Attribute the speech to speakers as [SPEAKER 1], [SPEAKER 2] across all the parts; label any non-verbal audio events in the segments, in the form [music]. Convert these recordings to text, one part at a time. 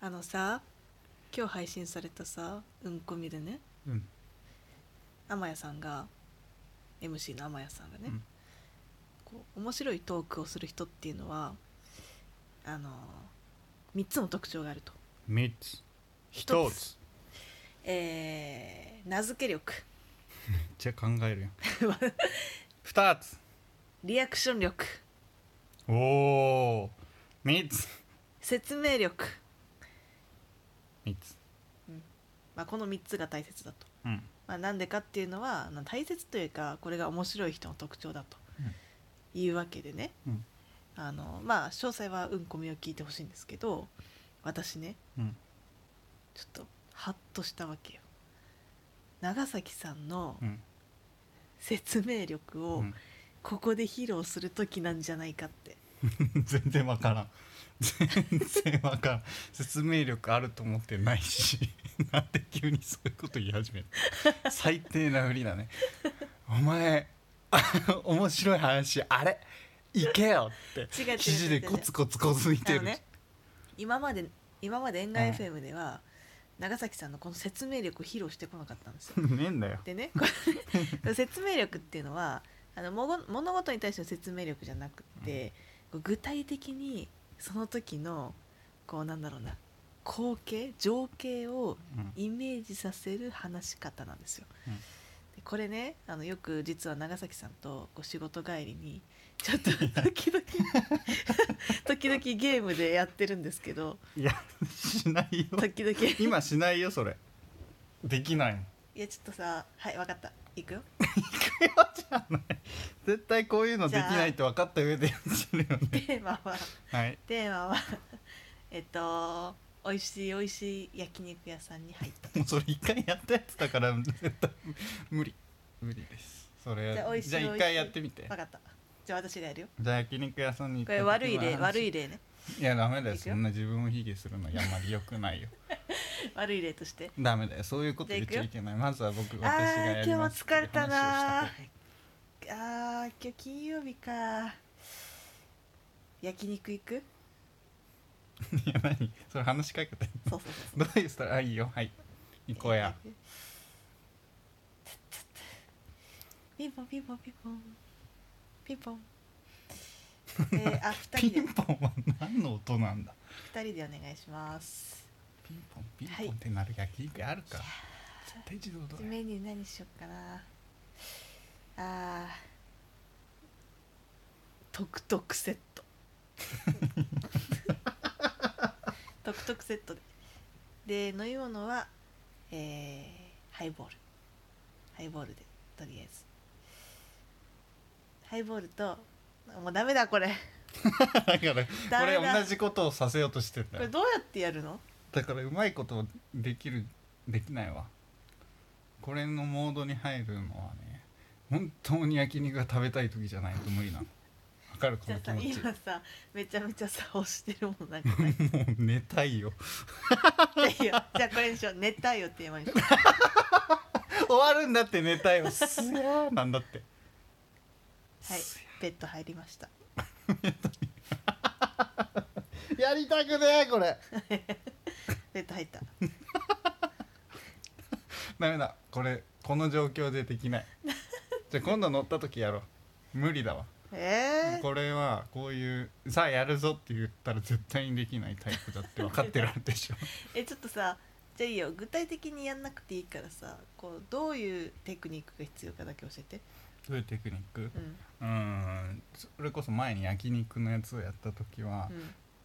[SPEAKER 1] あのさ今日配信されたさうんこみでね
[SPEAKER 2] うん
[SPEAKER 1] 天谷さんが MC の天谷さんがね、
[SPEAKER 2] うん
[SPEAKER 1] こう面白いトークをする人っていうのはあの3つの特徴があると、
[SPEAKER 2] 三つ一つ
[SPEAKER 1] えー名付け力
[SPEAKER 2] めっちゃ考えるやん
[SPEAKER 1] [laughs]
[SPEAKER 2] 二つ
[SPEAKER 1] リアクション力
[SPEAKER 2] おお三つ
[SPEAKER 1] 説明力、
[SPEAKER 2] 三つ
[SPEAKER 1] まあ、この3つが大切だと。
[SPEAKER 2] うん
[SPEAKER 1] まあ、なんでかっていうのはあの大切というかこれが面白い人の特徴だと
[SPEAKER 2] うん
[SPEAKER 1] いうわけでね、
[SPEAKER 2] うん
[SPEAKER 1] あのまあ詳細はうんこみを聞いてほしいんですけど私ね
[SPEAKER 2] うん
[SPEAKER 1] ちょっとハッとしたわけよ長崎さんの
[SPEAKER 2] うん
[SPEAKER 1] 説明力
[SPEAKER 2] う
[SPEAKER 1] を
[SPEAKER 2] ん [laughs]
[SPEAKER 1] ここで披露する時なんじゃないかって、
[SPEAKER 2] 全然わからん全然わからん説明力あると思ってないし [laughs] なんで急にそういうこと言い始めた最低なふりだねお前 [laughs] あ面白い話あれ行けよって
[SPEAKER 1] 違う違う違う違う
[SPEAKER 2] [laughs] 肘でコツコツコツいて
[SPEAKER 1] あ
[SPEAKER 2] る、
[SPEAKER 1] のね今まで今まで縁
[SPEAKER 2] う
[SPEAKER 1] 外
[SPEAKER 2] ん
[SPEAKER 1] FM では、長崎さんのこの説明力を披露してこなかったんですよ
[SPEAKER 2] [laughs] ねえんだよ
[SPEAKER 1] でねこれね [laughs] この説明力っていうのはあのもご物事に対しての説明力じゃなくて、こう具体的にその時のこうなんだろうな光景情景を
[SPEAKER 2] うん
[SPEAKER 1] イメージさせる話し方なんですよ。
[SPEAKER 2] うん
[SPEAKER 1] でこれねあのよく実は長崎さんとこう仕事帰りにちょっ
[SPEAKER 2] [laughs]
[SPEAKER 1] と時々 [laughs] 時々ゲームでやってるんですけど
[SPEAKER 2] いやしない
[SPEAKER 1] [laughs]
[SPEAKER 2] よ
[SPEAKER 1] 時々い
[SPEAKER 2] 今しないよそれで
[SPEAKER 1] [laughs]
[SPEAKER 2] きないもん
[SPEAKER 1] やちょっとさはい分かった行くよ
[SPEAKER 2] じゃない絶対こういうのできないって分かった上でやってるよね
[SPEAKER 1] テーマ [laughs] は。
[SPEAKER 2] はい
[SPEAKER 1] テーマはえっと美味しい美味しい焼肉屋さんに入った
[SPEAKER 2] もうそれ一回やったやつだから絶対無理無理ですそれ
[SPEAKER 1] じゃあ美味しい
[SPEAKER 2] じゃあ
[SPEAKER 1] 美
[SPEAKER 2] 一
[SPEAKER 1] 味しい
[SPEAKER 2] 回やってみて
[SPEAKER 1] 分かったじゃあ私がやるよ
[SPEAKER 2] じゃあ焼肉屋さんに行っ
[SPEAKER 1] こ
[SPEAKER 2] た時
[SPEAKER 1] れ
[SPEAKER 2] の話
[SPEAKER 1] 悪い例悪い例ね
[SPEAKER 2] いやダメだよ
[SPEAKER 1] いくよ
[SPEAKER 2] そんな自分を卑下するのはあんまり良くな
[SPEAKER 1] [laughs]
[SPEAKER 2] いよ
[SPEAKER 1] 悪い例として
[SPEAKER 2] ダメだよそういうこと言っちゃいけないまずは僕私が
[SPEAKER 1] あ
[SPEAKER 2] や
[SPEAKER 1] ー
[SPEAKER 2] り
[SPEAKER 1] 今日も
[SPEAKER 2] ますってい
[SPEAKER 1] 疲
[SPEAKER 2] う話を
[SPEAKER 1] れ
[SPEAKER 2] した
[SPEAKER 1] た
[SPEAKER 2] 方
[SPEAKER 1] な
[SPEAKER 2] が
[SPEAKER 1] あー今日金曜日か焼肉行く
[SPEAKER 2] [laughs] いや何それ話しかけて
[SPEAKER 1] そうそうそう
[SPEAKER 2] どういうスタイルあいいよはい行こうや
[SPEAKER 1] 焼肉ピンポンピンポンピンポンピンポ
[SPEAKER 2] [laughs]
[SPEAKER 1] ンえー、あ二
[SPEAKER 2] ピ
[SPEAKER 1] 人で
[SPEAKER 2] ンポンは何の音なんだ
[SPEAKER 1] 二人でお願いします
[SPEAKER 2] ピンポンピン
[SPEAKER 1] はい
[SPEAKER 2] ポンってなる焼肉屋あるか、絶対自動ドア
[SPEAKER 1] メニュー何しよっかなあー特特セッ [laughs] ト特特セットでで飲み物はえー、ハイボールハイボールでとりあえずハイボールともうダメだこれ
[SPEAKER 2] だから
[SPEAKER 1] ダ
[SPEAKER 2] こ
[SPEAKER 1] メ
[SPEAKER 2] れ
[SPEAKER 1] だ
[SPEAKER 2] 同じことをさせようとしてん
[SPEAKER 1] こ
[SPEAKER 2] だ
[SPEAKER 1] れ
[SPEAKER 2] よ
[SPEAKER 1] どうやってやるの
[SPEAKER 2] だからうまいことできるできないわこれのモードに入るのはね本当に焼肉が食べたい時じゃないと無理なのわかるこ
[SPEAKER 1] じゃ
[SPEAKER 2] の
[SPEAKER 1] あ
[SPEAKER 2] 気
[SPEAKER 1] さ
[SPEAKER 2] 持ちも
[SPEAKER 1] 今さめちゃめちゃさ押してるもんなんかない
[SPEAKER 2] う寝たいよ
[SPEAKER 1] いやじゃあこれにしよう「熱帯夜」って言えばいいの
[SPEAKER 2] 終わるんだって寝たいよすやーなんだって
[SPEAKER 1] はい、ベッド入りました。
[SPEAKER 2] やりたくねえこれ
[SPEAKER 1] ベッド入った。
[SPEAKER 2] ダメだこれこの状況でできないじゃあ今度乗った時やろう無理だわ
[SPEAKER 1] ええ
[SPEAKER 2] これはこういう「さあやるぞ」って言ったら絶対にできないタイプだって分かってるでしょ
[SPEAKER 1] え、ちょっとさ、じゃあいいよ、具体的にやんなくていいからさ、こう、どういうテクニックが必要かだけ教えて。
[SPEAKER 2] [laughs] どういうテクニック
[SPEAKER 1] うん、
[SPEAKER 2] うーんそれこそ前に焼肉のやつをやった時は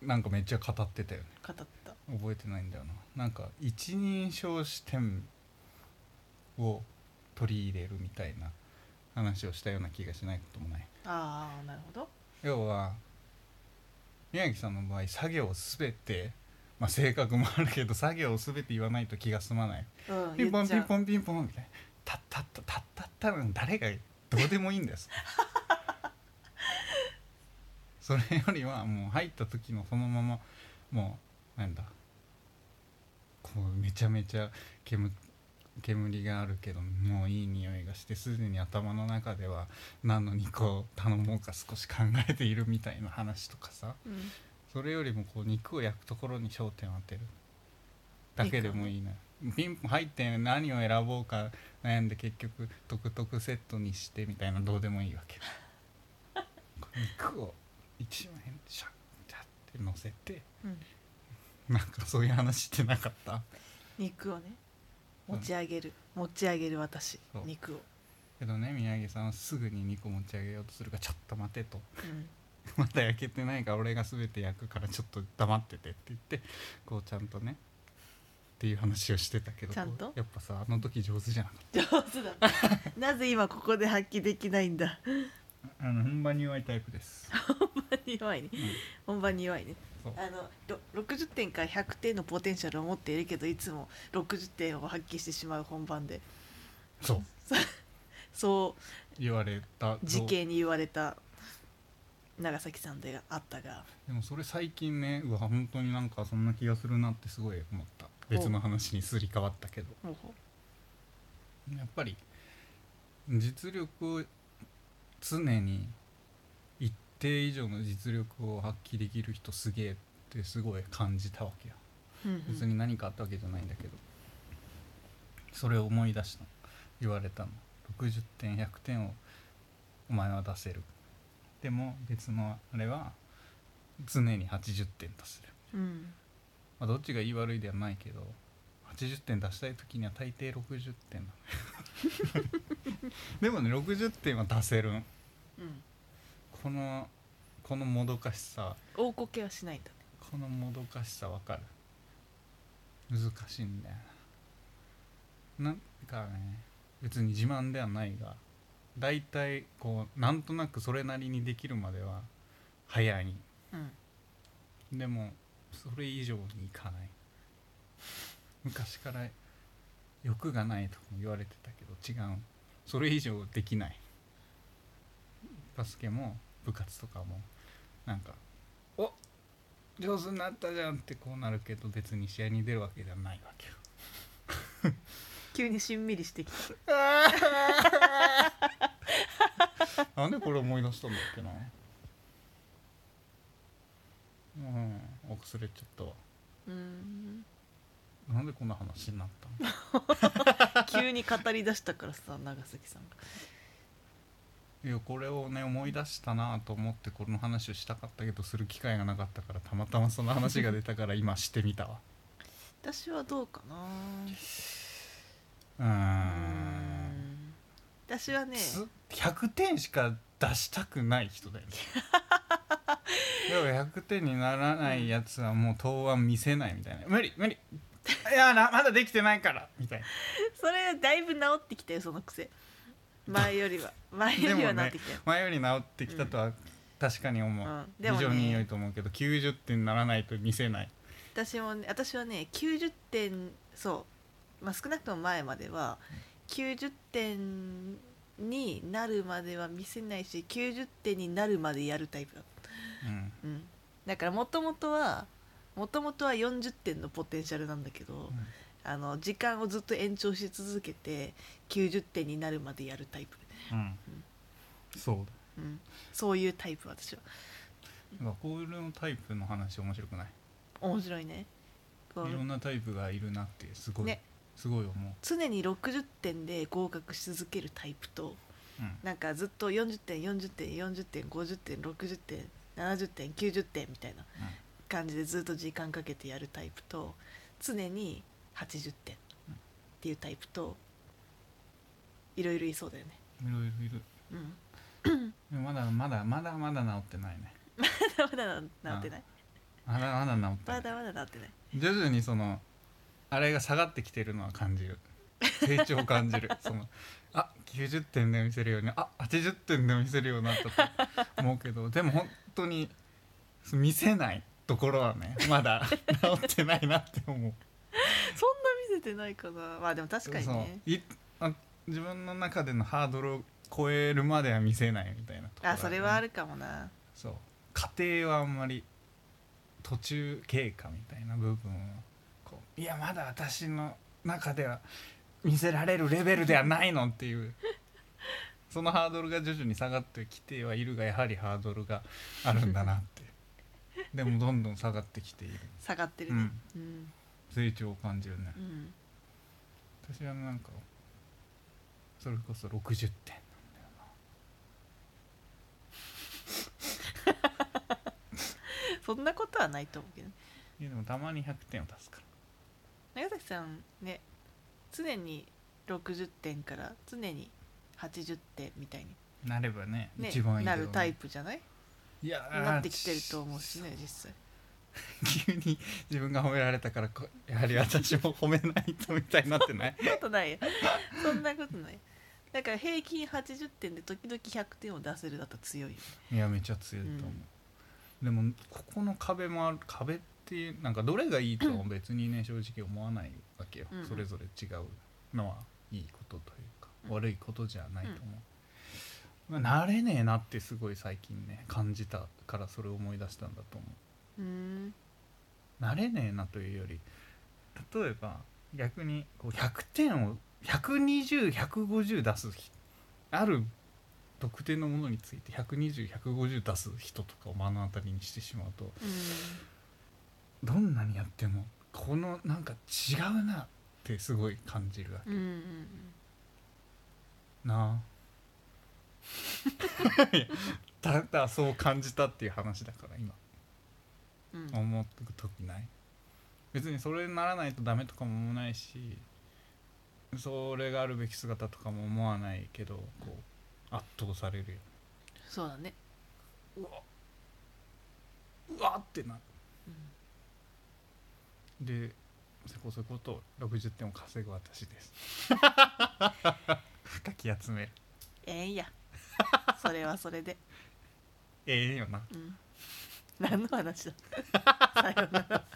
[SPEAKER 1] う、ん、
[SPEAKER 2] なんかめっちゃ語ってたよね
[SPEAKER 1] 語った。
[SPEAKER 2] 覚えてないんだよななんか一人称視点を取り入れるみたいな話をしたような気がしないこともない
[SPEAKER 1] ああ、なるほど。
[SPEAKER 2] 要は宮城さんの場合作業をすべて、まあ、性格もあるけど作業をすべて言わないと気が済まない
[SPEAKER 1] うん、
[SPEAKER 2] ピンポ
[SPEAKER 1] 言っ
[SPEAKER 2] ン
[SPEAKER 1] ち
[SPEAKER 2] ピ
[SPEAKER 1] ゃ
[SPEAKER 2] ン
[SPEAKER 1] う
[SPEAKER 2] ポンピンポンみたいなたったったたったったの誰がどうでもいいんですそれよりはもう入った時のそのままもうなんだこうめちゃめちゃ煙煙があるけどもういい匂いがしてすでに頭の中では何の肉を頼もうか少し考えているみたいな話とかさ
[SPEAKER 1] うん、
[SPEAKER 2] それよりもこう肉を焼くところに焦点を当てるだけでもいいなピンポン入って何を選ぼうか悩んで結局トクトクセットにしてみたいなどうでもいいわけこれ肉を一枚シャッシャッて乗せて
[SPEAKER 1] うん、
[SPEAKER 2] なんかそういう話してなかった
[SPEAKER 1] 肉をね持ち上げる、持ち上げる私
[SPEAKER 2] そう
[SPEAKER 1] 肉を、
[SPEAKER 2] けどね宮城さんはすぐに肉持ち上げようとするからちょっと待てと
[SPEAKER 1] うん、
[SPEAKER 2] まだ焼けてないから俺が全て焼くからちょっと黙っててって言ってこうちゃんとねっていう話をしてたけど
[SPEAKER 1] ちゃんと
[SPEAKER 2] やっぱさあの時上手じゃなか
[SPEAKER 1] 上
[SPEAKER 2] っ
[SPEAKER 1] 手だ
[SPEAKER 2] [laughs]
[SPEAKER 1] ななぜ今ここで発揮できないんだ [laughs]
[SPEAKER 2] たあの本番に弱いタイプです、
[SPEAKER 1] 本番に弱いね
[SPEAKER 2] うん
[SPEAKER 1] 本番に弱いね
[SPEAKER 2] そう
[SPEAKER 1] あのろ60点から100点のポテンシャルを持っているけどいつも60点を発揮してしまう本番で
[SPEAKER 2] そう
[SPEAKER 1] そう
[SPEAKER 2] 言われたぞ
[SPEAKER 1] 時系に言われた長崎さんであったが
[SPEAKER 2] でもそれ最近ねうわ本当になんかそんな気がするなってすごい思った別の話にすり替わったけど
[SPEAKER 1] もう
[SPEAKER 2] やっぱり実力を常に一定以上の実力を発揮できる人すげえってすごい感じたわけや
[SPEAKER 1] うんうん
[SPEAKER 2] 別に何かあったわけじゃないんだけどそれを思い出したの言われたの60点100点をお前は出せるでも別のあれは常に80点出せる、
[SPEAKER 1] うん
[SPEAKER 2] まあ、どっちがいい悪いではないけど80点出したい時には大抵60点なのでもね60点は出せるん
[SPEAKER 1] うん
[SPEAKER 2] このこのもどかしさ
[SPEAKER 1] 大こけはしないんだね
[SPEAKER 2] このもどかしさわかる難しいんだよななんかね別に自慢ではないがだいたいこうなんとなくそれなりにできるまでは早い
[SPEAKER 1] うん
[SPEAKER 2] でもそれ以上にいかない昔から欲がないとかも言われてたけど違うそれ以上できないバスケも部活とかもなんか「お上手になったじゃん」ってこうなるけど別に試合に出るわけではないわけよ [laughs]
[SPEAKER 1] 急にしんみりしてきた
[SPEAKER 2] なんでこれ思い出したんだっけなうん忘れちゃったわ
[SPEAKER 1] うん
[SPEAKER 2] なんでこんな話になったの
[SPEAKER 1] 急に語り出したからさ長崎さんが
[SPEAKER 2] いやこれをね思い出したなと思ってこの話をしたかったけどする機会がなかったからたまたまその話が出たから今してみたわ
[SPEAKER 1] 私はどうかな
[SPEAKER 2] うーん
[SPEAKER 1] うん私はね
[SPEAKER 2] つ100点しか出したくない人だよね
[SPEAKER 1] [laughs]
[SPEAKER 2] でも100点にならないやつはもう答案見せないみたいな「無理無理いやなまだできてないから」みたいな
[SPEAKER 1] それだいぶ治ってきたよその癖前よりは前よりは治ってきたよ、
[SPEAKER 2] 前より治ってきたとは確かに思う、
[SPEAKER 1] うんで
[SPEAKER 2] 非
[SPEAKER 1] も
[SPEAKER 2] 常に良い
[SPEAKER 1] ね
[SPEAKER 2] と思うけど90点にならないと見せない
[SPEAKER 1] 私もね私はね90点そう、まあ、少なくとも前までは90点になるまでは見せないし90点になるまでやるタイプだった
[SPEAKER 2] うん
[SPEAKER 1] うん、だからもともとはもともとは40点のポテンシャルなんだけど、
[SPEAKER 2] ん
[SPEAKER 1] あの時間をずっと延長し続けて90点になるまでやるタイプ、
[SPEAKER 2] うん、そうだ
[SPEAKER 1] うん、そういうタイプ私は
[SPEAKER 2] なんかこういうのタイプの話面白くない
[SPEAKER 1] 面白いねこう
[SPEAKER 2] いろんなタイプがいるなってすごい、
[SPEAKER 1] ね
[SPEAKER 2] すごい思
[SPEAKER 1] 常に60点で合格し続けるタイプと
[SPEAKER 2] う、うん
[SPEAKER 1] なんかずっと40点40点40点50点60点70点90点みたいな感じでずっと時間かけてやるタイプと常に80点っていうタイプといろいろいそうだよね。
[SPEAKER 2] うん、いろいろいる
[SPEAKER 1] うん、
[SPEAKER 2] でもまだまだまだまだ治ってないね
[SPEAKER 1] まだまだ治ってない
[SPEAKER 2] まだまだ治ってな
[SPEAKER 1] ま
[SPEAKER 2] い
[SPEAKER 1] だまだ治ってない
[SPEAKER 2] 徐々にそのあれが下がってきてるのは感じる成長を感
[SPEAKER 1] [laughs]
[SPEAKER 2] じるそのあ90点で見せるようにあ80点で見せるようになったと思うけどでも本当にその見せないところはねまだ治ってないなって
[SPEAKER 1] そ
[SPEAKER 2] 思う
[SPEAKER 1] んな見せてないかなまあでも確かにね
[SPEAKER 2] そういあ自分の中でのハードルを超えるまでは見せないみたいなところ
[SPEAKER 1] あそれはあ
[SPEAKER 2] る
[SPEAKER 1] るかもな
[SPEAKER 2] そう家庭はあんまり途中経過みたいな部分をこういやまだ私の中では見せられるレベルではないのっていうそのハードルが徐々に下がってきてはいるがやはりハードルがあるんだなってでもどんどん下がってきている
[SPEAKER 1] 下がってるね、うん
[SPEAKER 2] 成長を感じるね
[SPEAKER 1] うん
[SPEAKER 2] 私はなんかそれこそ60点
[SPEAKER 1] そんなことはないと思うけど
[SPEAKER 2] いやでもたまに100点を出すから
[SPEAKER 1] 長崎さんね常に60点から常に80点みたいに、
[SPEAKER 2] なればね
[SPEAKER 1] ね
[SPEAKER 2] 一番いいけど
[SPEAKER 1] な
[SPEAKER 2] ね
[SPEAKER 1] るタイプじゃない
[SPEAKER 2] いやー
[SPEAKER 1] なってきてると思うしね実際
[SPEAKER 2] [laughs] 急に自分が褒められたから [laughs] こやはり私も褒めないとみたいになってない
[SPEAKER 1] そんなことないよ [laughs] そんなことないだから平均80点で時々100点を出せるだったら強いよ
[SPEAKER 2] [laughs] いやめちゃ強いと思う、でもここの壁もある壁っていうなんかどれがいいと [clears throat] は別にね正直思わないわけよ、
[SPEAKER 1] うんうん
[SPEAKER 2] それぞれ違うのはいいことというか、
[SPEAKER 1] うん
[SPEAKER 2] 悪いことじゃないと思う、まあ、慣れねえなってすごい最近ね感じたからそれを思い出したんだと思う
[SPEAKER 1] うーん
[SPEAKER 2] 慣れねえなというより例えば逆にこう100点を120150出す人ある特定のものについて120150出す人とかを目の当たりにしてしまうとどんなにやってもこのなんか違うなってすごい感じるわ
[SPEAKER 1] うんうんうん
[SPEAKER 2] けな [laughs] あいやただそう感じたっていう話だから今
[SPEAKER 1] うんうん
[SPEAKER 2] 思っとく時ない別にそれにならないとダメとかも思わないしそれがあるべき姿とかも思わないけどこう圧倒されるよ
[SPEAKER 1] そうだね、
[SPEAKER 2] うわうわってな
[SPEAKER 1] うん
[SPEAKER 2] でそこそこと60点を稼ぐ私ですかき集める
[SPEAKER 1] ええんやそれはそれで、
[SPEAKER 2] ええよな
[SPEAKER 1] うん、何の話ださよなら